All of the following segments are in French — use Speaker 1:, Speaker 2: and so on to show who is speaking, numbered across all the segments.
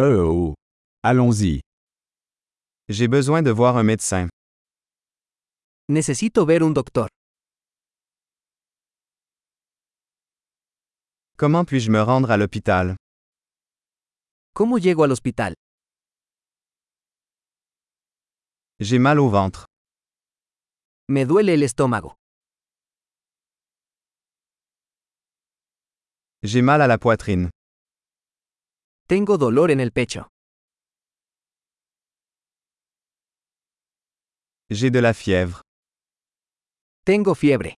Speaker 1: Euh oh. Allons-y.
Speaker 2: J'ai besoin de voir un médecin.
Speaker 3: Necesito ver un doctor.
Speaker 2: Comment puis-je me rendre à l'hôpital?
Speaker 3: ¿Cómo llego al hospital?
Speaker 2: J'ai mal au ventre.
Speaker 3: Me duele el estómago.
Speaker 2: J'ai mal à la poitrine.
Speaker 3: Tengo dolor en el pecho.
Speaker 2: J'ai de la fièvre.
Speaker 3: Tengo fiebre.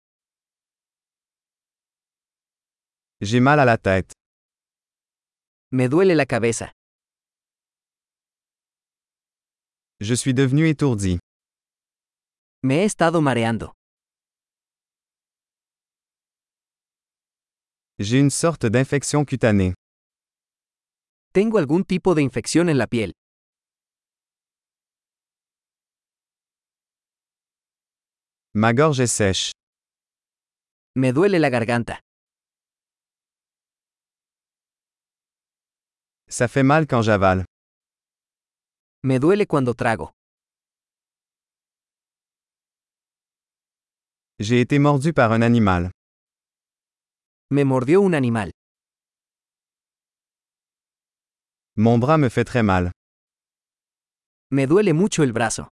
Speaker 2: J'ai mal à la tête.
Speaker 3: Me duele la cabeza.
Speaker 2: Je suis devenu étourdi.
Speaker 3: Me he estado mareando.
Speaker 2: J'ai une sorte d'infection cutanée.
Speaker 3: Tengo algún tipo de infección en la piel.
Speaker 2: Ma gorge est sèche.
Speaker 3: Me duele la garganta.
Speaker 2: Ça fait mal quand j'avale.
Speaker 3: Me duele cuando trago.
Speaker 2: J'ai été mordu par un animal.
Speaker 3: Me mordió un animal.
Speaker 2: Mon bras me fait très mal.
Speaker 3: Me duele mucho el brazo.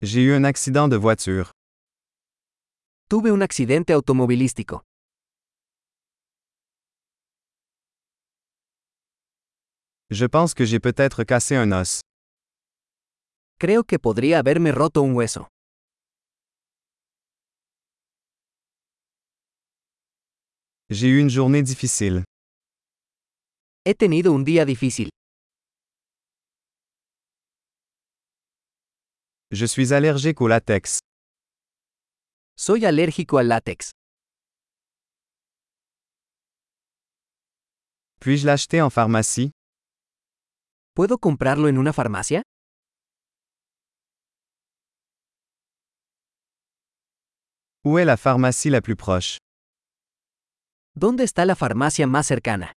Speaker 2: J'ai eu un accident de voiture.
Speaker 3: Tuve un accidente automovilístico.
Speaker 2: Je pense que j'ai peut-être cassé un os.
Speaker 3: Creo que podría haberme roto un hueso.
Speaker 2: J'ai eu une journée difficile.
Speaker 3: He tenido un día difícil.
Speaker 2: Je suis allergique au latex.
Speaker 3: Soy alérgico al látex.
Speaker 2: Puis-je l'acheter en pharmacie?
Speaker 3: ¿Puedo comprarlo en una farmacia?
Speaker 2: Où est la pharmacie la plus proche?
Speaker 3: ¿Dónde está la farmacia más cercana?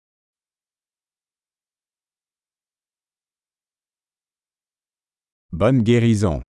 Speaker 1: Bonne guérison.